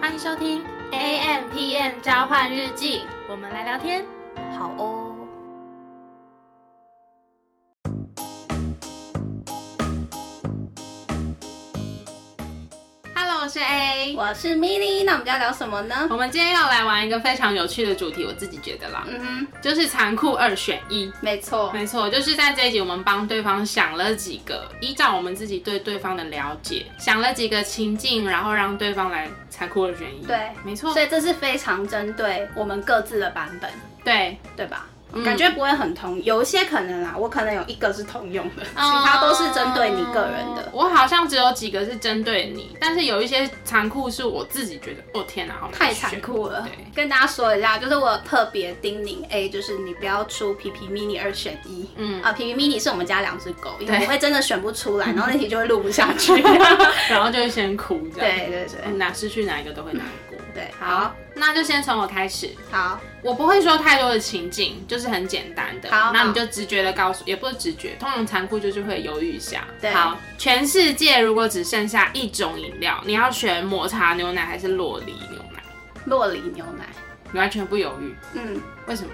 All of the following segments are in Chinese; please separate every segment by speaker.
Speaker 1: 欢迎收听 A M P M 交换日记，我们来聊天。
Speaker 2: 好哦。
Speaker 1: Hello，我是 A，
Speaker 2: 我是 Mini，那我们要聊什么呢？
Speaker 1: 我们今天要来玩一个非常有趣的主题，我自己觉得啦，
Speaker 2: 嗯哼，
Speaker 1: 就是残酷二选一。
Speaker 2: 没错，
Speaker 1: 没错，就是在这一集，我们帮对方想了几个，依照我们自己对对方的了解，想了几个情境，然后让对方来残酷二选一。
Speaker 2: 对
Speaker 1: 没错
Speaker 2: 所，以这是非常针对我们各自的版本，
Speaker 1: 对，
Speaker 2: 对吧？
Speaker 1: 嗯
Speaker 2: 感觉不会很通，有一些可能啦，我可能有一个是通用的，
Speaker 1: 哦
Speaker 2: 其他都是针对你个人
Speaker 1: 嗯
Speaker 2: 的。
Speaker 1: 我好像只有几个是针对你，但是有一些残酷是我自己觉得，哦天哪，好难
Speaker 2: 太
Speaker 1: 选
Speaker 2: 残酷了
Speaker 1: 对，
Speaker 2: 跟大家说一下，就是我有特别叮咛 A，就是你不要出皮皮 mini 二选一，
Speaker 1: 嗯
Speaker 2: 嗯啊，皮皮 mini 是我们家两只狗，因
Speaker 1: 对
Speaker 2: 为我会真的选不出来，然后那题就会录不下 去。
Speaker 1: 然后就会先哭这样。
Speaker 2: 对对对
Speaker 1: 嗯，哪失去哪一个都会难过。
Speaker 2: 对，
Speaker 1: 好
Speaker 2: 好，
Speaker 1: 那就先从我开始。
Speaker 2: 好，
Speaker 1: 我不会说太多的情境，就是很简单的。
Speaker 2: 好
Speaker 1: 那
Speaker 2: 好
Speaker 1: 你就直觉的告诉，也不是直觉，通常残酷就是会犹豫一下。
Speaker 2: 对
Speaker 1: 好，全世界如果只剩下一种饮料，你要选抹茶牛奶还是洛梨牛奶？
Speaker 2: 洛梨牛奶，
Speaker 1: 你完全不犹豫，
Speaker 2: 嗯，
Speaker 1: 为什么？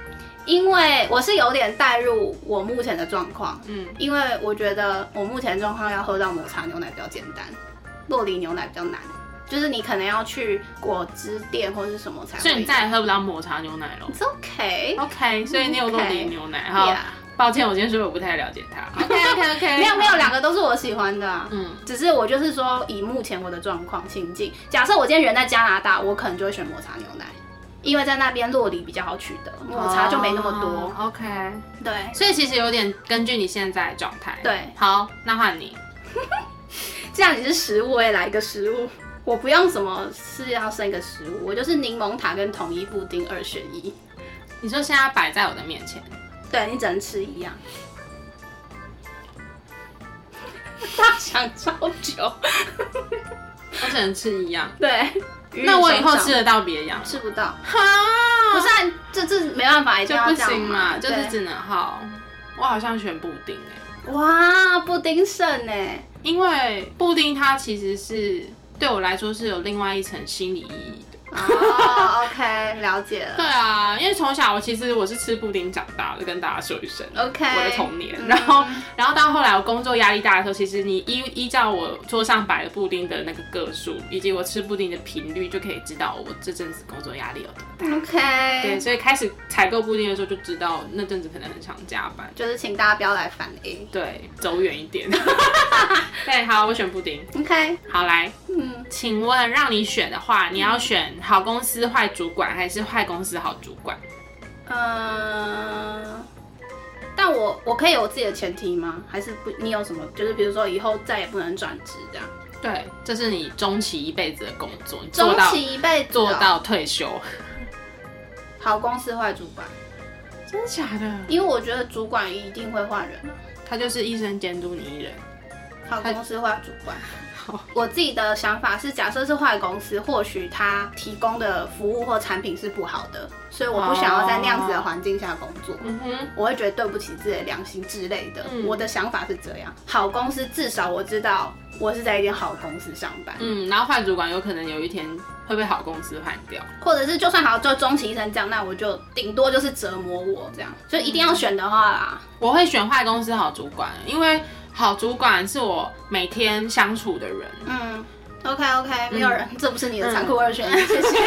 Speaker 2: 因为我是有点带入我目前的状况，
Speaker 1: 嗯，
Speaker 2: 因为我觉得我目前的状况要喝到抹茶牛奶比较简单，洛梨牛奶比较难，就是你可能要去果汁店或是什么才会。
Speaker 1: 所以你再也喝不到抹茶牛奶了。
Speaker 2: It's OK。
Speaker 1: OK，所以你有洛梨牛奶哈。
Speaker 2: 嗯 Yeah
Speaker 1: 抱歉，我今天说我不太了解它。OK OK OK，
Speaker 2: 没有没有，两个都是我喜欢的、啊。
Speaker 1: 嗯，
Speaker 2: 只是我就是说，以目前我的状况情境，假设我今天人在加拿大，我可能就会选抹茶牛奶，因为在那边洛梨比较好取得，抹茶就没那么多。
Speaker 1: 哦 OK，
Speaker 2: 对，
Speaker 1: 所以其实有点根据你现在的状态。
Speaker 2: 对
Speaker 1: 好，那换你。
Speaker 2: 这样你是食物，我也来一个食物，我不用什么是要生一个食物，我就是柠檬塔跟统一布丁二选一。
Speaker 1: 你说现在摆在我的面前，
Speaker 2: 对你只能吃一样。 他想 超久，
Speaker 1: 我只能吃一样。
Speaker 2: 对。
Speaker 1: 那我以后
Speaker 2: 鱼与熊掌
Speaker 1: 吃得到别样？
Speaker 2: 吃不到，
Speaker 1: 哈，
Speaker 2: 不是、啊，这这没办法，一定
Speaker 1: 就
Speaker 2: 要
Speaker 1: 不
Speaker 2: 啊这样
Speaker 1: 行嘛，就是
Speaker 2: 对
Speaker 1: 只能好。我好像选布丁哎、
Speaker 2: 哇，布丁胜哎，
Speaker 1: 因为布丁它其实是对我来说是有另外一层心理意义的。
Speaker 2: 哦，OK，了解了
Speaker 1: 对啊，因为从小我其实我是吃布丁长大的，跟大家说一声。
Speaker 2: ，OK，
Speaker 1: 我的童年，
Speaker 2: 嗯
Speaker 1: 然后，然后到后来我工作压力大的时候，其实你依依照我桌上摆的布丁的那个个数，以及我吃布丁的频率，就可以知道我这阵子工作压力有多大。对，
Speaker 2: 嗯 OK，
Speaker 1: 所以开始采购布丁的时候就知道那阵子可能很常加班。
Speaker 2: 就是请大家不要来反 A。
Speaker 1: 对，走远一点。对，好，我选布丁。
Speaker 2: OK，
Speaker 1: 好，来，
Speaker 2: 嗯，
Speaker 1: 请问让你选的话，你要选好公司坏主管，还是坏公司好主管？
Speaker 2: 呃，但我我可以有自己的前提吗？还是不？你有什么？就是比如说以后再也不能转职这样，
Speaker 1: 对，这是你终其一辈子的工作，你做
Speaker 2: 终
Speaker 1: 到
Speaker 2: 其一辈子哦
Speaker 1: 做到退休，
Speaker 2: 好公司坏主管，
Speaker 1: 真的假的？
Speaker 2: 因为我觉得主管一定会换人。
Speaker 1: 他就是医生监督你一人。
Speaker 2: 好公司坏主管。
Speaker 1: 好，
Speaker 2: 我自己的想法是，假设是坏公司，或许他提供的服务或产品是不好的，所以我不想要在那样子的环境下工作。
Speaker 1: 嗯哼，
Speaker 2: 我会觉得对不起自己的良心之类的，
Speaker 1: 嗯
Speaker 2: 我的想法是这样。好公司至少我知道我是在一间好公司上班，
Speaker 1: 嗯，然后坏主管有可能有一天会被好公司换掉。
Speaker 2: 或者是就算好就终其一生这样，那我就顶多就是折磨我这样。所以一定要选的话啦，
Speaker 1: 我会选坏公司好主管，因为好主管是我每天相处的人。
Speaker 2: 嗯，OK OK，没有
Speaker 1: 嗯
Speaker 2: 人，这不是你的残酷二选一，谢谢。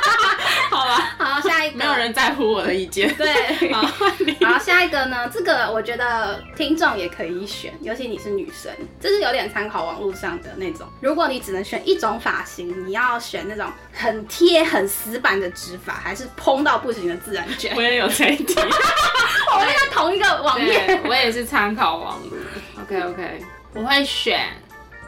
Speaker 1: 好吧，
Speaker 2: 好，下一个，
Speaker 1: 没有人在乎我的意见。
Speaker 2: 对。
Speaker 1: 好，换你
Speaker 2: 好，下一个呢？这个我觉得听众也可以选，尤其你是女生，这是有点参考网络上的那种。如果你只能选一种发型，你要选那种很贴、很死板的直发，还是蓬到不行的自然卷？
Speaker 1: 我也有这一题，
Speaker 2: 我们在同一个网
Speaker 1: 对
Speaker 2: 页。
Speaker 1: 我也是参考网络。OK OK，我会选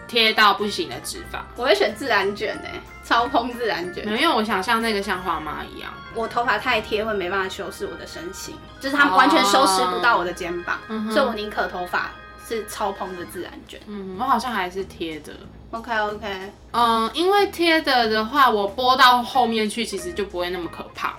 Speaker 1: 贴到不行的直发，
Speaker 2: 我会选自然卷诶、超蓬自然卷
Speaker 1: 没。有，因为我想像那个像花妈一样。
Speaker 2: 我头发太贴会没办法修饰我的身形，就是它完全修饰不到我的肩膀，
Speaker 1: 嗯哼
Speaker 2: 所以我宁可头发是超蓬的自然卷。
Speaker 1: 嗯，我好像还是贴的。
Speaker 2: OK OK，
Speaker 1: 嗯，因为贴的的话，我播到后面去，其实就不会那么可怕。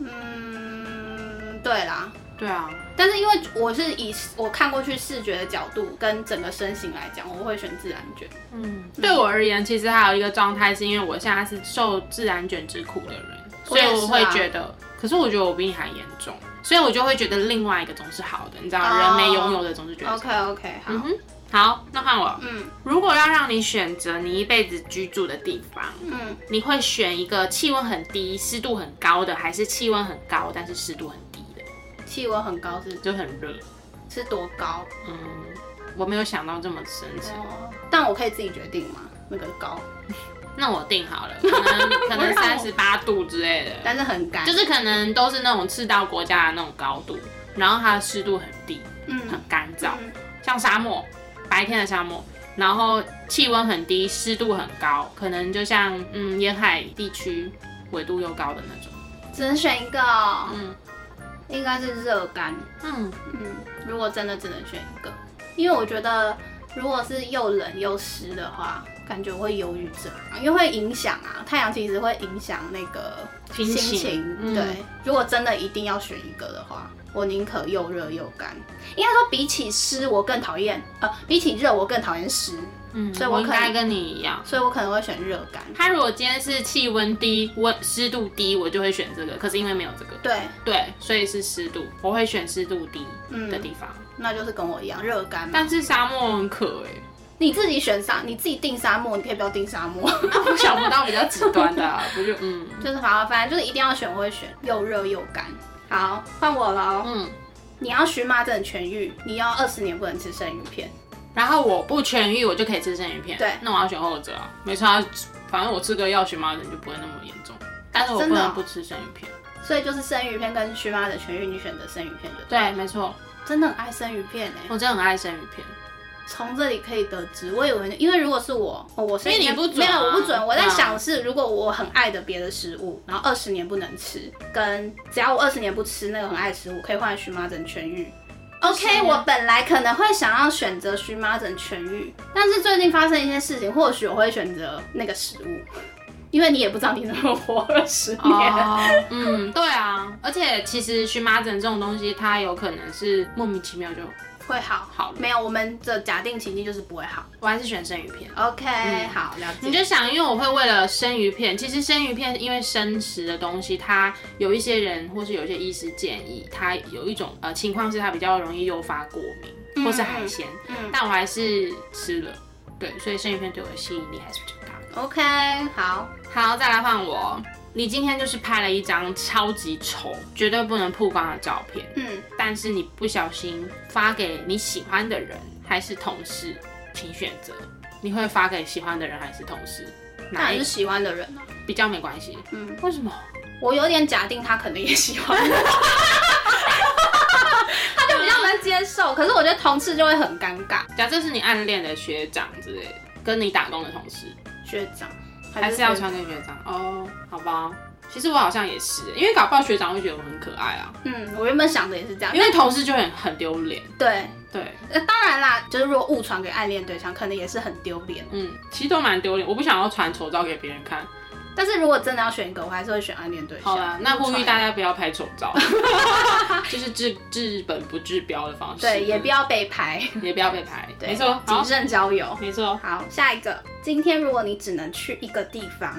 Speaker 2: 嗯，对啦，
Speaker 1: 对啊，
Speaker 2: 但是因为我是以我看过去视觉的角度跟整个身形来讲，我会选自然卷。
Speaker 1: 嗯，对我而言，其实还有一个状态是因为我现在是受自然卷之苦的人，所以
Speaker 2: 我也是
Speaker 1: 我
Speaker 2: 啊
Speaker 1: 会觉得，可是我觉得我比你还严重，所以我就会觉得另外一个总是好的，你知道，
Speaker 2: 哦
Speaker 1: 人没拥有的总是觉得。
Speaker 2: OK OK，好，
Speaker 1: 嗯哼，好，那换我。
Speaker 2: 嗯
Speaker 1: 如果要让你选择你一辈子居住的地方，
Speaker 2: 嗯，
Speaker 1: 你会选一个气温很低、湿度很高的，还是气温很高但是湿度很低的，
Speaker 2: 气温很高是
Speaker 1: 就很热？
Speaker 2: 是多高？
Speaker 1: 嗯，我没有想到这么深层。
Speaker 2: 哦，但我可以自己决定吗？那个高，
Speaker 1: 那我定好 了，可能可能三十八度之类的，
Speaker 2: 但是很干，
Speaker 1: 就是可能都是那种赤道国家的那种高度，然后它的湿度很低，很
Speaker 2: 嗯，
Speaker 1: 干燥，
Speaker 2: 嗯
Speaker 1: 像沙漠，白天的沙漠，然后气温很低，湿度很高，可能就像嗯沿海地区纬度又高的那种。
Speaker 2: 只能选一个哦，
Speaker 1: 嗯
Speaker 2: 应该是热干。
Speaker 1: 嗯，
Speaker 2: 嗯，如果真的只能选一个，因为我觉得如果是又冷又湿的话，感觉我会忧郁症，因为会影响啊，太阳其实会影响那个
Speaker 1: 心
Speaker 2: 心
Speaker 1: 情
Speaker 2: 情。
Speaker 1: 嗯
Speaker 2: 对，如果真的一定要选一个的话，我宁可又热又干。应该说比起湿，我更讨厌呃，比起热我更讨厌湿，
Speaker 1: 嗯，
Speaker 2: 所以我
Speaker 1: 我应
Speaker 2: 可能
Speaker 1: 该跟你一样。
Speaker 2: 所以我可能会选热干。
Speaker 1: 它如果今天是气温低、温湿度低，我就会选这个。可是因为没有这个，
Speaker 2: 对，
Speaker 1: 对，所以是湿度，我会选湿度低的
Speaker 2: 嗯
Speaker 1: 地方。
Speaker 2: 那就是跟我一样热干嘛。
Speaker 1: 但是沙漠很渴哎、
Speaker 2: 你自己选沙，你自己定沙漠，你可以不要定沙漠。
Speaker 1: 我想不到比较极端的、啊， 我就嗯
Speaker 2: 就是反正反正就是一定要选，我会选又热又干。好，换我喽。
Speaker 1: 嗯，
Speaker 2: 你要荨麻疹痊愈，你要二十年不能吃生鱼片。
Speaker 1: 然后我不痊愈，我就可以吃生鱼片。
Speaker 2: 对
Speaker 1: 那我要选后者啊，没差，反正我吃个药荨麻疹就不会那么严重。但是我
Speaker 2: 真
Speaker 1: 不
Speaker 2: 的哦
Speaker 1: 能不吃生鱼片。
Speaker 2: 所以就是生鱼片跟荨麻疹痊愈，你选择生鱼片就对。
Speaker 1: 对，没错，
Speaker 2: 真的很爱生鱼片哎、
Speaker 1: 我真的很爱生鱼片。
Speaker 2: 从这里可以得知，我以为因为如果是我，哦我是
Speaker 1: 因为你不准啊
Speaker 2: 没有我不准，我在
Speaker 1: 嗯
Speaker 2: 想是如果我很爱的别的食物，然后二十年不能吃，跟只要我二十年不吃那个很爱的食物，可以换荨麻疹痊愈。OK，
Speaker 1: 年
Speaker 2: 我本来可能会想要选择荨麻疹痊愈，但是最近发生一些事情，或许我会选择那个食物， 因为你也不知道你能不能活二十年。
Speaker 1: 哦， 嗯，对啊，而且其实荨麻疹这种东西，它有可能是莫名其妙就，
Speaker 2: 会好
Speaker 1: 好
Speaker 2: 没有，我们的假定情境就是不会好。
Speaker 1: 我还是选生鱼片。
Speaker 2: OK，、好，了解。
Speaker 1: 你就想，因为我会为了生鱼片，其实生鱼片因为生食的东西，它有一些人或是有一些医师建议，它有一种呃情况是它比较容易诱发过敏，或是海鲜，
Speaker 2: 嗯
Speaker 1: 但我还是吃了，对，所以生鱼片对我的吸引力还是比较大的。
Speaker 2: OK，好，
Speaker 1: 好，再来换我，你今天就是拍了一张超级丑、绝对不能曝光的照片，
Speaker 2: 嗯，
Speaker 1: 但是你不小心发给你喜欢的人还是同事，请选择，你会发给喜欢的人还是同事？
Speaker 2: 那
Speaker 1: 哪
Speaker 2: 也
Speaker 1: 一
Speaker 2: 是喜欢的人啊。
Speaker 1: 比较没关系。
Speaker 2: 嗯，
Speaker 1: 为什么？
Speaker 2: 我有点假定他可能也喜欢， 他就比较能接受。可是我觉得同事就会很尴尬，
Speaker 1: 假设是你暗恋的学长之类的，跟你打工的同事，
Speaker 2: 学长
Speaker 1: 还是要传给学长哦？好吧，其实我好像也是，因为搞不好学长会觉得我很可爱啊，
Speaker 2: 嗯，我原本想的也是这样，
Speaker 1: 因为同事就很很丢脸。
Speaker 2: 对，
Speaker 1: 对，
Speaker 2: 呃，当然啦，就是如果误传给暗恋对象，可能也是很丢脸。
Speaker 1: 嗯，其实都蛮丢脸，我不想要传丑照给别人看。
Speaker 2: 但是如果真的要选一个，我还是会选暗恋对象。
Speaker 1: 好啦，那呼吁大
Speaker 2: 家
Speaker 1: 家不要拍丑 照，就是治治本不治标的方式。嗯
Speaker 2: 对，也不要被拍，
Speaker 1: 也不要被 拍。
Speaker 2: 对
Speaker 1: 没错，
Speaker 2: 谨
Speaker 1: 好，
Speaker 2: 慎交友。
Speaker 1: 没错，
Speaker 2: 好，下一个，今天如果你只能去一个地方，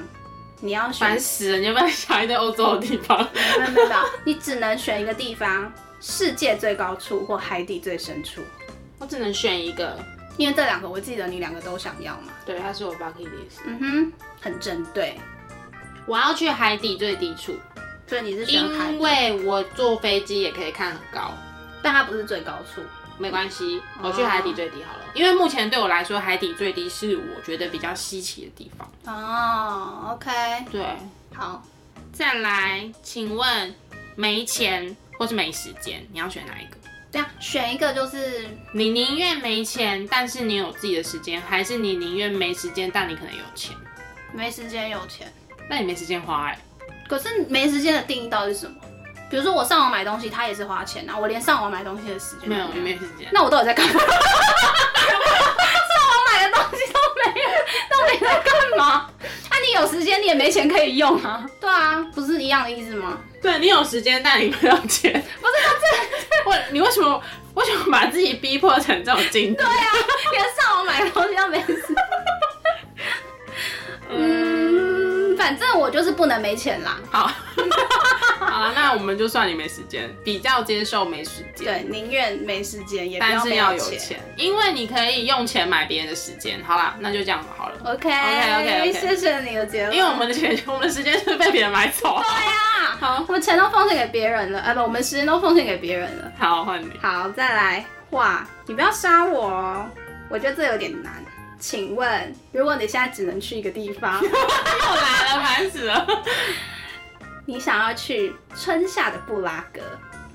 Speaker 2: 你要选
Speaker 1: 烦死了！你要不要想一堆欧洲的地方？
Speaker 2: 没有没有没有，你只能选一个地方，世界最高处或海底最深处，
Speaker 1: 我只能选一个。
Speaker 2: 因为这两个我记得你两个都想要嘛。
Speaker 1: 对，它是我 bucket list。
Speaker 2: 嗯哼，很针对，
Speaker 1: 我要去海底最低处，
Speaker 2: 所以你是选海
Speaker 1: 因，为我坐飞机也可以看很高，
Speaker 2: 但它不是最高处。
Speaker 1: 没关系，我去海底最低好了。因为目前对我来说，海底最低是我觉得比较稀奇的地方。
Speaker 2: 哦，OK，
Speaker 1: 对，
Speaker 2: 好，
Speaker 1: 再来，请问没钱或是没时间，你要选哪一个？
Speaker 2: 这样选一个就是
Speaker 1: 你宁愿没钱，但是你有自己的时间，还是你宁愿没时间，但你可能有钱？
Speaker 2: 没时间有钱，
Speaker 1: 那你没时间花哎、
Speaker 2: 可是没时间的定义到底是什么？比如说我上网买东西，它也是花钱啊，我连上网买东西的时间都
Speaker 1: 没有，没时间。
Speaker 2: 那我到底在干嘛？上网买的东西都没有，到底在干嘛？那、你有时间你也没钱可以用啊？对啊，不是一样的意思吗？
Speaker 1: 对你有时间，但你没有钱。
Speaker 2: 不是，这这
Speaker 1: 问你为什么为什么把自己逼迫成这种境
Speaker 2: 对
Speaker 1: 地？
Speaker 2: 啊，连上网买东西都没事。嗯，反正我就是不能没钱啦。
Speaker 1: 好， 好了，那我们就算你没时间，比较接受没时间。
Speaker 2: 对，宁愿没时间，也不
Speaker 1: 但是
Speaker 2: 没
Speaker 1: 要
Speaker 2: 有
Speaker 1: 有钱，因为你可以用钱买别人的时间。好啦，那就这样吧好了，
Speaker 2: OK
Speaker 1: OK，OK，OK
Speaker 2: 谢谢你的结论。
Speaker 1: 因为我们的钱， 我们的时间是被别人买走啊。
Speaker 2: 对呀、
Speaker 1: 好，
Speaker 2: 我们钱都奉献给别人了，哎不，我们时间都奉献给别人了。
Speaker 1: 好，换你。
Speaker 2: 好，再来，哇，你不要杀我哦，我觉得这有点难。请问，如果你现在只能去一个地 方，
Speaker 1: 又来了，烦死了。
Speaker 2: 你想要去春夏的布拉格，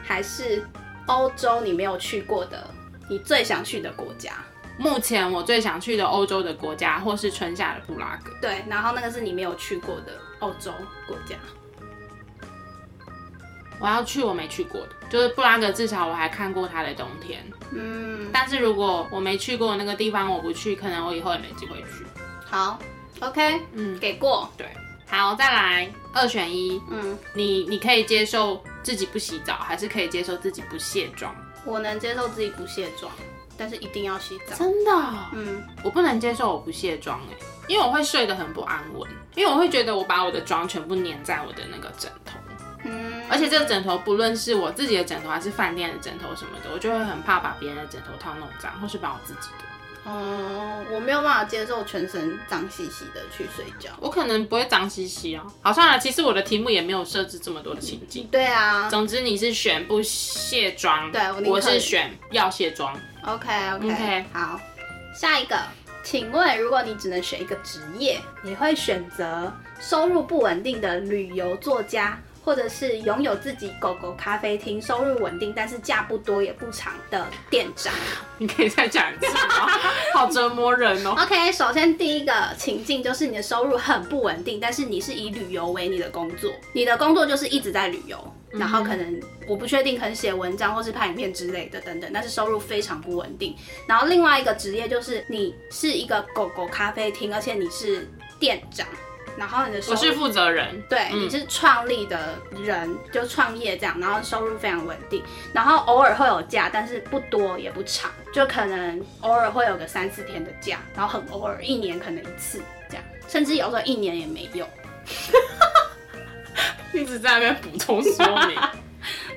Speaker 2: 还是欧洲你没有去过的，你最想去的国家？
Speaker 1: 目前我最想去的欧洲的国家，或是春夏的布拉格。
Speaker 2: 对，然后那个是你没有去过的欧洲国家。
Speaker 1: 我要去我没去过的，就是布拉格，至少我还看过它的冬天。
Speaker 2: 嗯，
Speaker 1: 但是如果我没去过那个地方，我不去，可能我以后也没机会去。
Speaker 2: 好，OK，
Speaker 1: 嗯，
Speaker 2: 给过。
Speaker 1: 对。好，再来二选一，
Speaker 2: 嗯，
Speaker 1: 你你可以接受自己不洗澡，还是可以接受自己不卸妆？
Speaker 2: 我能接受自己不卸妆，但是一定要洗澡。
Speaker 1: 真的哦、
Speaker 2: 嗯，
Speaker 1: 我不能接受我不卸妆哎、因为我会睡得很不安稳，因为我会觉得我把我的妆全部粘在我的那个枕头，
Speaker 2: 嗯，
Speaker 1: 而且这个枕头不论是我自己的枕头还是饭店的枕头什么的，我就会很怕把别人的枕头套弄脏，或是把我自己的。
Speaker 2: 哦，我没有办法接受全身脏兮兮的去睡觉。
Speaker 1: 我可能不会脏兮兮啊。好，算了，其实我的题目也没有设置这么多的情境。
Speaker 2: 对啊
Speaker 1: 总之你是选不卸妆，
Speaker 2: 对我宁可
Speaker 1: 我是选要卸妆。
Speaker 2: ，OK OK
Speaker 1: OK
Speaker 2: 好，下一个，请问如果你只能选一个职业，你会选择收入不稳定的旅游作家，或者是拥有自己狗狗咖啡厅、收入稳定但是假不多也不长的店长
Speaker 1: 你可以再讲一次吗？好折磨人哦。
Speaker 2: ？OK，首先第一个情境就是你的收入很不稳定，但是你是以旅游为你的工作，你的工作就是一直在旅游。
Speaker 1: 嗯
Speaker 2: 然后可能我不确定，可能写文章或是拍影片之类的等等，但是收入非常不稳定。然后另外一个职业就是你是一个狗狗咖啡厅，而且你是店长，然后你的收
Speaker 1: 我
Speaker 2: 入
Speaker 1: 是负责人，
Speaker 2: 对，
Speaker 1: 嗯
Speaker 2: 你是创立的人，就创业这样，然后收入非常稳定，然后偶尔会有假，但是不多也不长，就可能偶尔会有个三四天的假，然后很偶尔，一年可能一次这样，甚至有时候一年也没有。
Speaker 1: 一直在那边补充说明。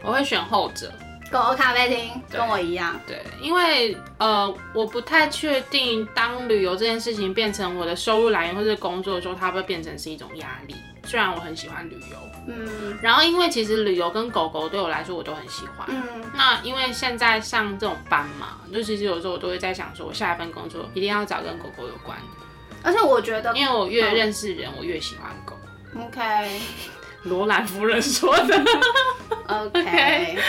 Speaker 1: 我会选后者，
Speaker 2: 狗狗咖啡厅跟我一样，
Speaker 1: 对，因为呃，我不太确定当旅游这件事情变成我的收入来源或是工作的时候，它会不会变成是一种压力。虽然我很喜欢旅游，
Speaker 2: 嗯
Speaker 1: 然后因为其实旅游跟狗狗对我来说我都很喜欢。
Speaker 2: 嗯
Speaker 1: 那因为现在上这种班嘛，就其实有时候我都会在想，说我下一份工作一定要找跟狗狗有关的，
Speaker 2: 而且我觉 得
Speaker 1: 因为我越
Speaker 2: 嗯
Speaker 1: 认识人，我越喜欢狗。
Speaker 2: OK
Speaker 1: 罗兰夫人说的，
Speaker 2: 呃 OK，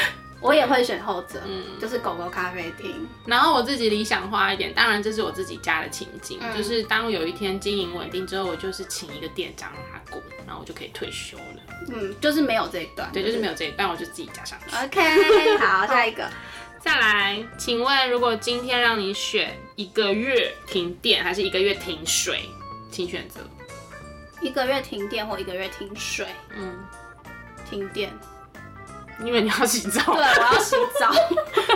Speaker 2: 我也会选后者，
Speaker 1: 嗯
Speaker 2: 就是狗狗咖啡厅。
Speaker 1: 然后我自己理想化一点，当然这是我自己家的情景，
Speaker 2: 嗯
Speaker 1: 就是当有一天经营稳定之后，我就是请一个店长让他顾，然后我就可以退休了。
Speaker 2: 嗯，就是没有这一段。
Speaker 1: 对，就是没有这一段，我就自己加上去。
Speaker 2: OK，好， 下一个。
Speaker 1: 再来，请问如果今天让你选一个月停电还是一个月停水，请选择。
Speaker 2: 一个月停电或一个月停水，
Speaker 1: 嗯，
Speaker 2: 停电。
Speaker 1: 因为你要洗澡
Speaker 2: 对，。啊我要洗 澡。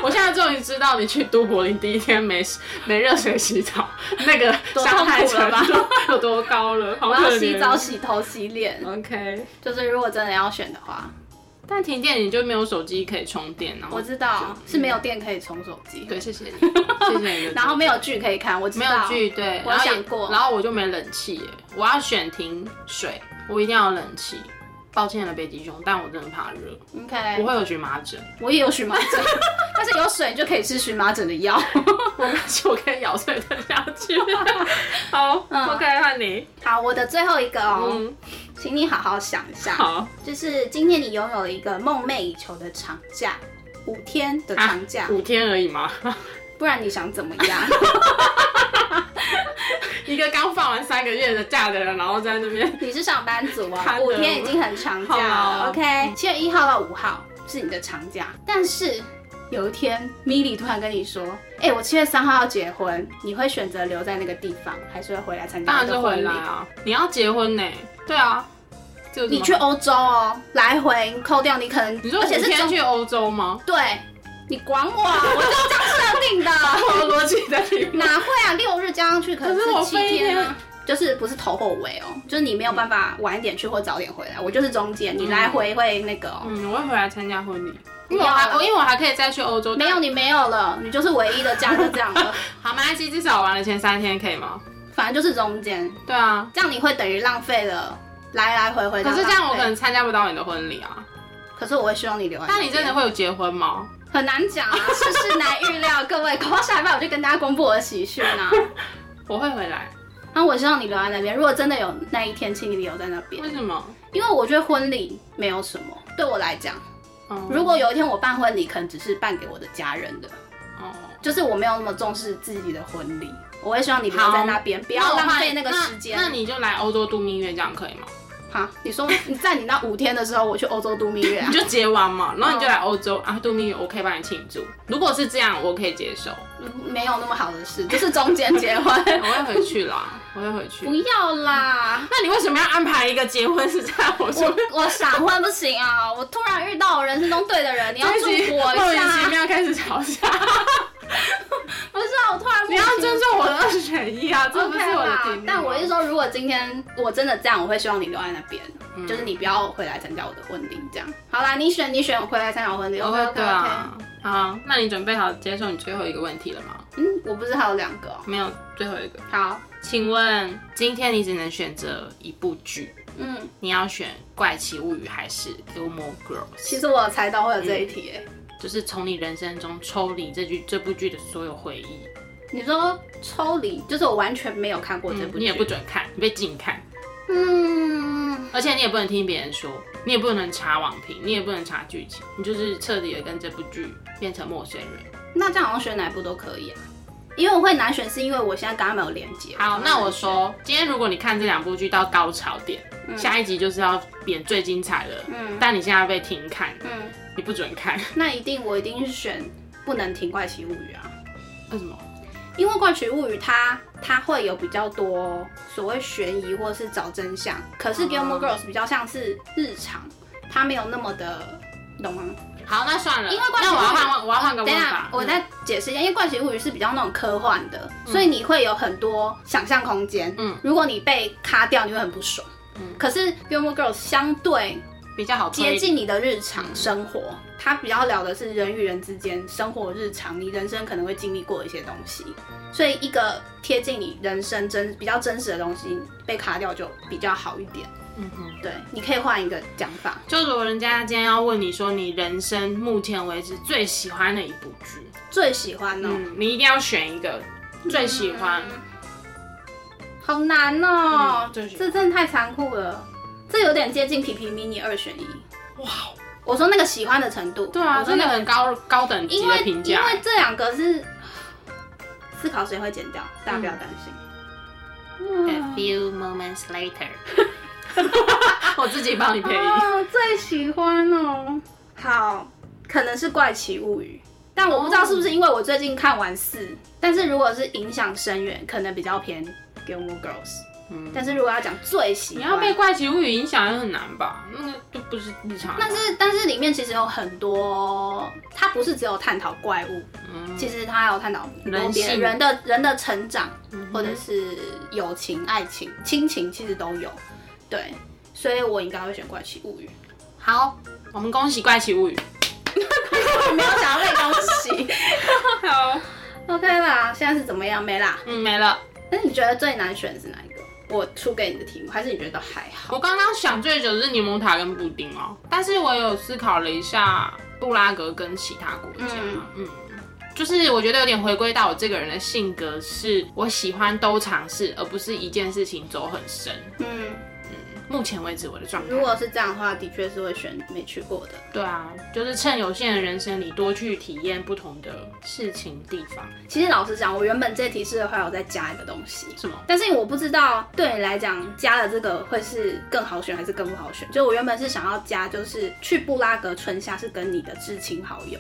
Speaker 1: 我现在终于知道你去都柏林第一天没没热水洗澡，那个
Speaker 2: 多
Speaker 1: 伤害
Speaker 2: 痛苦了
Speaker 1: 程
Speaker 2: 吧
Speaker 1: 度有多 高了，好
Speaker 2: 我
Speaker 1: 可
Speaker 2: 要
Speaker 1: 怜。
Speaker 2: 洗澡、洗头、洗脸。
Speaker 1: OK，
Speaker 2: 就是如果真的要选的话，
Speaker 1: 但停电你就没有手机可以充电，然后
Speaker 2: 我知道是没有电可以充手机，
Speaker 1: 对，谢谢你，谢谢你的。
Speaker 2: 然后没有剧可以看，我知
Speaker 1: 没
Speaker 2: 道。
Speaker 1: 有剧，对，
Speaker 2: 我
Speaker 1: 然后也
Speaker 2: 想过
Speaker 1: 然后我就没冷气耶，我要选停水，我一定要有冷气。抱歉了，北极熊，但我真的怕热，
Speaker 2: OK，
Speaker 1: 我
Speaker 2: 我
Speaker 1: 会有荨麻疹，
Speaker 2: 也有荨麻 疹，但是有水你就可以吃荨麻疹的药。
Speaker 1: 我怕是我可以咬碎吞下去。好、
Speaker 2: 嗯
Speaker 1: o k 换你。
Speaker 2: 好，我的最后一个哦，
Speaker 1: 嗯，
Speaker 2: 请你好好想一下，
Speaker 1: 好，
Speaker 2: 就是今天你拥有了一个梦寐以求的长假，五天的长假，
Speaker 1: 五天而已嘛，
Speaker 2: 不然你想怎么样？
Speaker 1: 一个刚放完三个月的假的人，然后在那 边，
Speaker 2: 你是上班族啊，
Speaker 1: 看得
Speaker 2: 五天已经很长假了。
Speaker 1: 好
Speaker 2: OK，七月一号到五号是你的长假，但是有一天米莉突然跟你说：“哎、我七月三号要结婚，你会选择留在那个地方，还是会回来参
Speaker 1: 当
Speaker 2: 加
Speaker 1: 然
Speaker 2: 你
Speaker 1: 是
Speaker 2: 的
Speaker 1: 回
Speaker 2: 婚礼
Speaker 1: 来？”啊。你要结婚呢？对啊，这有什么
Speaker 2: 你去欧洲哦，来回扣掉你可能，
Speaker 1: 你说
Speaker 2: 而
Speaker 1: 五
Speaker 2: 且是
Speaker 1: 天
Speaker 2: 中
Speaker 1: 去欧洲吗？
Speaker 2: 对，你管我，我就这样设定 的。
Speaker 1: 我逻辑在里面。
Speaker 2: 哪会啊？六日加上去可能
Speaker 1: 可是我
Speaker 2: 七
Speaker 1: 飞一
Speaker 2: 天
Speaker 1: 天
Speaker 2: 啊。就是不是头或尾哦，就是你没有办法晚一点去或早点回来，我就是中间，你来回会那个、哦，
Speaker 1: 嗯，我会回来参加婚礼，
Speaker 2: 你
Speaker 1: 因为
Speaker 2: 要
Speaker 1: 我
Speaker 2: 啊
Speaker 1: 还我因为我还可以再去欧 洲。
Speaker 2: 没有你没有了，你就是唯一的假就这样 了，
Speaker 1: 好，没关系，至少我玩了前三天可以吗？
Speaker 2: 反正就是中间，
Speaker 1: 对啊，
Speaker 2: 这样你会等于浪费了来来回回的
Speaker 1: 可
Speaker 2: 浪
Speaker 1: 是
Speaker 2: 费。
Speaker 1: 这样我可能参加不到你的婚礼啊。
Speaker 2: 可是我会希望你留在那边。
Speaker 1: 那你真的会有结婚吗？
Speaker 2: 很难讲啊，世事难预料。各位，搞不好下礼拜我就跟大家公布我的喜讯 啊。
Speaker 1: 我会回来，
Speaker 2: 那我希望你留在那边，如果真的有那一天，请你留在那边
Speaker 1: 为，什么？
Speaker 2: 因为我觉得婚礼没有什么。对我来讲，
Speaker 1: 哦
Speaker 2: 如果有一天我办婚礼，可能只是办给我的家人的，
Speaker 1: 哦，
Speaker 2: 就是我没有那么重视自己的婚礼。我会希望你留在那边，不
Speaker 1: 不
Speaker 2: 要浪费那个时间。
Speaker 1: 那你就来欧洲度蜜月，这样可以吗？
Speaker 2: 好，你说你在你那五天的时候，我去欧洲度蜜月啊
Speaker 1: 你？就结完嘛，然后你就
Speaker 2: 嗯
Speaker 1: 来欧洲，然啊后度蜜月，我可以帮你庆祝。如果是这样，我可以接受，
Speaker 2: 嗯没有那么好的事，就是中间结婚。
Speaker 1: 我会回去啦，我会回 去
Speaker 2: 不。要啦，
Speaker 1: 那你为什么要安排一个结婚是在我说？
Speaker 2: 我我闪婚不行啊！我突然遇到我人生中对的人，你要祝
Speaker 1: 这
Speaker 2: 福
Speaker 1: 一集
Speaker 2: 我
Speaker 1: 莫
Speaker 2: 一
Speaker 1: 名其
Speaker 2: 下。
Speaker 1: 妙开始吵架，
Speaker 2: 不是啊，我突然
Speaker 1: 你要尊重我的二选一啊，这不是我
Speaker 2: OK
Speaker 1: 的
Speaker 2: 啦
Speaker 1: 题目。
Speaker 2: 但我是说，如果今天我真的这样，我会希望你留在那边，
Speaker 1: 嗯
Speaker 2: 就是你不要回来参加我的婚礼。这样好啦，你选你选，我回来参加我婚礼。
Speaker 1: 我
Speaker 2: OK
Speaker 1: 会
Speaker 2: OK
Speaker 1: 对
Speaker 2: OK。
Speaker 1: 啊。好，那你准备好接受你最后一个问题了吗？
Speaker 2: 嗯，我不是还有两个哦、
Speaker 1: 没有，最后一个。
Speaker 2: 好，
Speaker 1: 请问今天你只能选择一部剧，
Speaker 2: 嗯，
Speaker 1: 你要选《怪奇物语》还是《Gilmore Girls》？
Speaker 2: 其实我有猜到会有这一题、欸。
Speaker 1: 就是从你人生中抽离这剧这部剧的所有回忆，
Speaker 2: 你说抽离，就是我完全没有看过这部剧、
Speaker 1: 嗯你也不准看，你被禁看，
Speaker 2: 嗯，
Speaker 1: 而且你也不能听别人说，你也不能查网评，你也不能查剧情，你就是彻底的跟这部剧变成陌生人。
Speaker 2: 那这样好像选哪一部都可以啊。因为我会难选，是因为我现在刚刚没有连接。
Speaker 1: 好，
Speaker 2: 就
Speaker 1: 那
Speaker 2: 很
Speaker 1: 我
Speaker 2: 难选
Speaker 1: 说，今天如果你看这两部剧到高潮点，下一集就是要演最精彩的，
Speaker 2: 嗯
Speaker 1: 但你现在被停看，
Speaker 2: 嗯，
Speaker 1: 你不准看，
Speaker 2: 那一定我一定是选不能停《怪奇物语》啊，
Speaker 1: 为什么？
Speaker 2: 因为《怪奇物语》它它会有比较多所谓悬疑或是找真相，可
Speaker 1: 哦
Speaker 2: 是《Gilmore Girls》比较像是日常，它没有那么的，你懂吗？
Speaker 1: 好，那算了，
Speaker 2: 因为怪奇
Speaker 1: 那我要
Speaker 2: 物语
Speaker 1: 换，我要换个
Speaker 2: 等一
Speaker 1: 问
Speaker 2: 下
Speaker 1: 法，。嗯
Speaker 2: 我再解释一下，因为《怪奇物语》是比较那种科幻的，所以你会有很多想象空间。
Speaker 1: 嗯
Speaker 2: 嗯，如果你被卡掉，你会很不爽。
Speaker 1: 嗯
Speaker 2: 可是《Gilmore Girls》相对
Speaker 1: 比较好推
Speaker 2: 接近你的日常生活。
Speaker 1: 嗯
Speaker 2: 它比较聊的是人与人之间生活日常，你人生可能会经历过一些东西，所以一个贴近你人生真比较真实的东西被卡掉就比较好一点。
Speaker 1: 嗯哼，
Speaker 2: 对，你可以换一个讲法。
Speaker 1: 就如果人家今天要问你说你人生目前为止最喜欢的一部剧，
Speaker 2: 最喜欢哦，
Speaker 1: 嗯，你一定要选一个最喜欢。
Speaker 2: 好难哦，
Speaker 1: 嗯最喜欢
Speaker 2: 这真的太残酷了，这有点接近皮皮 mini 二选一。
Speaker 1: 哇，哦
Speaker 2: 我说那个喜欢的程度，
Speaker 1: 对啊，
Speaker 2: 我说
Speaker 1: 真的
Speaker 2: 那个
Speaker 1: 很高高等级
Speaker 2: 因
Speaker 1: 的
Speaker 2: 为
Speaker 1: 评
Speaker 2: 因
Speaker 1: 价。
Speaker 2: 为这两个是思考谁会剪掉，大家不要
Speaker 1: 嗯
Speaker 2: 担心。
Speaker 1: A few moments later，我自己帮你配音。
Speaker 2: 哦，最喜欢哦。好，可能是《怪奇物语》，但我不知
Speaker 1: 哦
Speaker 2: 道是不是因为我最近看完四，但是如果是影响深远，可能比较偏《Gilmore Girls》。
Speaker 1: 嗯
Speaker 2: 但是如果要讲最喜
Speaker 1: 你
Speaker 2: 欢，
Speaker 1: 要被《怪奇物语》影响也很难吧？那个就不是日常的。
Speaker 2: 但是但是里面其实有很多，它不是只有探讨怪物，
Speaker 1: 嗯
Speaker 2: 其实它还有探讨很多
Speaker 1: 人
Speaker 2: 别
Speaker 1: 性
Speaker 2: 人的人的成长，
Speaker 1: 嗯哼
Speaker 2: 或者是友情、爱情、亲情，其实都有。对，所以我应该会选《怪奇物语》。
Speaker 1: 好，我们恭喜《怪奇物语
Speaker 2: 我没有想要被恭喜。》。
Speaker 1: 好，
Speaker 2: OK 啦，现在是怎么样？没啦。
Speaker 1: 嗯，没了。
Speaker 2: 那你觉得最难选的是哪一个？我出给你的题目，还是你觉得还好？
Speaker 1: 我刚刚想最久是柠檬塔跟布丁哦，但是我有思考了一下布拉格跟其他国家，嗯
Speaker 2: 嗯
Speaker 1: 就是我觉得有点回归到我这个人的性格，是我喜欢都尝试，而不是一件事情走很深。
Speaker 2: 嗯，
Speaker 1: 目前为止我的状
Speaker 2: 如
Speaker 1: 态，
Speaker 2: 果是这样的话，的确是会选没去过的。
Speaker 1: 对啊，就是趁有限的人生里多去体验不同的事情地方。
Speaker 2: 其实老实讲，我原本这题是还有再加一个东西，
Speaker 1: 什么？
Speaker 2: 但是我不知道对你来讲加了这个会是更好选还是更不好选。就我原本是想要加，就是去布拉格春夏是跟你的至亲好友，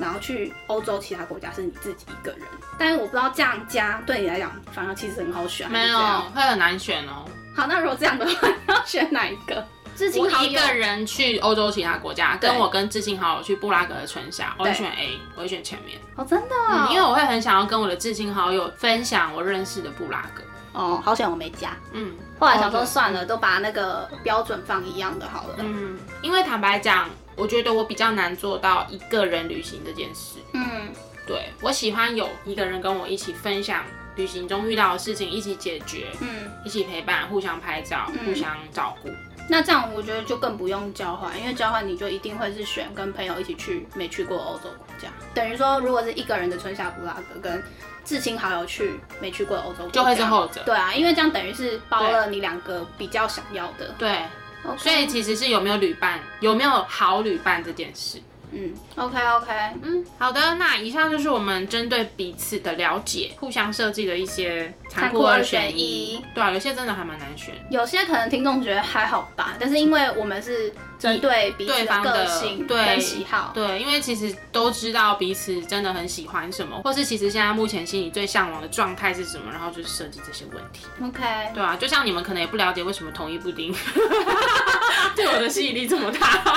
Speaker 2: 然后去欧洲其他国家是你自己一个人。但是我不知道这样加对你来讲反而其实很好选，还
Speaker 1: 没
Speaker 2: 是
Speaker 1: 有
Speaker 2: 这样，
Speaker 1: 会很难选哦。
Speaker 2: 好，那如果这样的话，你要选哪一个？至今
Speaker 1: 我
Speaker 2: 好
Speaker 1: 一
Speaker 2: 友
Speaker 1: 个人去欧洲其他国家，
Speaker 2: 对
Speaker 1: 跟我跟至亲好友去布拉格的春夏，我会
Speaker 2: 对
Speaker 1: 选 A，我会选前面，
Speaker 2: 哦，真的哦、
Speaker 1: 因为我会很想要跟我的至亲好友分享我认识的布拉格。
Speaker 2: 哦，好险我没加。
Speaker 1: 嗯，
Speaker 2: 后来想说
Speaker 1: 哦对
Speaker 2: 算了，都把那个标准放一样的好了。
Speaker 1: 嗯，因为坦白讲，我觉得我比较难做到一个人旅行这件事。
Speaker 2: 嗯，
Speaker 1: 对我喜欢有一个人跟我一起分享旅行中遇到的事情，一起解决，
Speaker 2: 嗯，
Speaker 1: 一起陪伴，互相拍照，互相照顾。
Speaker 2: 那这样我觉得就更不用交换，因为交换你就一定会是选跟朋友一起去没去过欧洲国家，等于说如果是一个人的春夏布拉格跟至亲好友去没去过欧洲国家，
Speaker 1: 就会是后者
Speaker 2: 对啊，因为这样等于是包了你两个比较想要的。
Speaker 1: 对，
Speaker 2: OK
Speaker 1: 所以其实是有没有旅伴，有没有好旅伴这件事。
Speaker 2: 嗯，OK OK，
Speaker 1: 嗯，好的，那以上就是我们针对彼此的了解，互相设计的一些残
Speaker 2: 残酷
Speaker 1: 酷
Speaker 2: 二
Speaker 1: 二选
Speaker 2: 选
Speaker 1: 一
Speaker 2: 一。
Speaker 1: 对啊，有些真的还蛮难选。
Speaker 2: 有些可能听众觉得还好吧，但是因为我们是针对彼此
Speaker 1: 对方
Speaker 2: 个
Speaker 1: 的
Speaker 2: 性
Speaker 1: 对
Speaker 2: 跟喜好，
Speaker 1: 对，因为其实都知道彼此真的很喜欢什么，或是其实现在目前心里最向往的状态是什么，然后就是设计这些问题。
Speaker 2: ，OK，
Speaker 1: 对啊，就像你们可能也不了解为什么同一布丁 对我的吸引力这么大。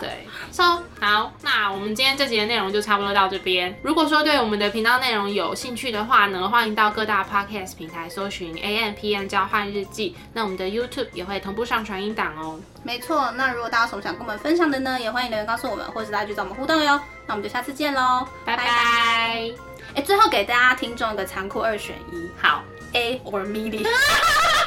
Speaker 1: 对，so 好，那我们今天这集的内容就差不多到这边。如果说对我们的频道内容有兴趣的话呢，欢迎到各大 podcast 平台搜寻 A M P M 交换日记。那我们的 YouTube 也会同步上传音档哦。
Speaker 2: 没错。那如果大家有什么想跟我们分享的呢，也欢迎留言告诉我们，或者大家去找我们互动哟。那我们就下次见喽，
Speaker 1: 拜拜。
Speaker 2: 哎，最后给大家听众一个残酷二选一
Speaker 1: 好。
Speaker 2: ，A or m e d i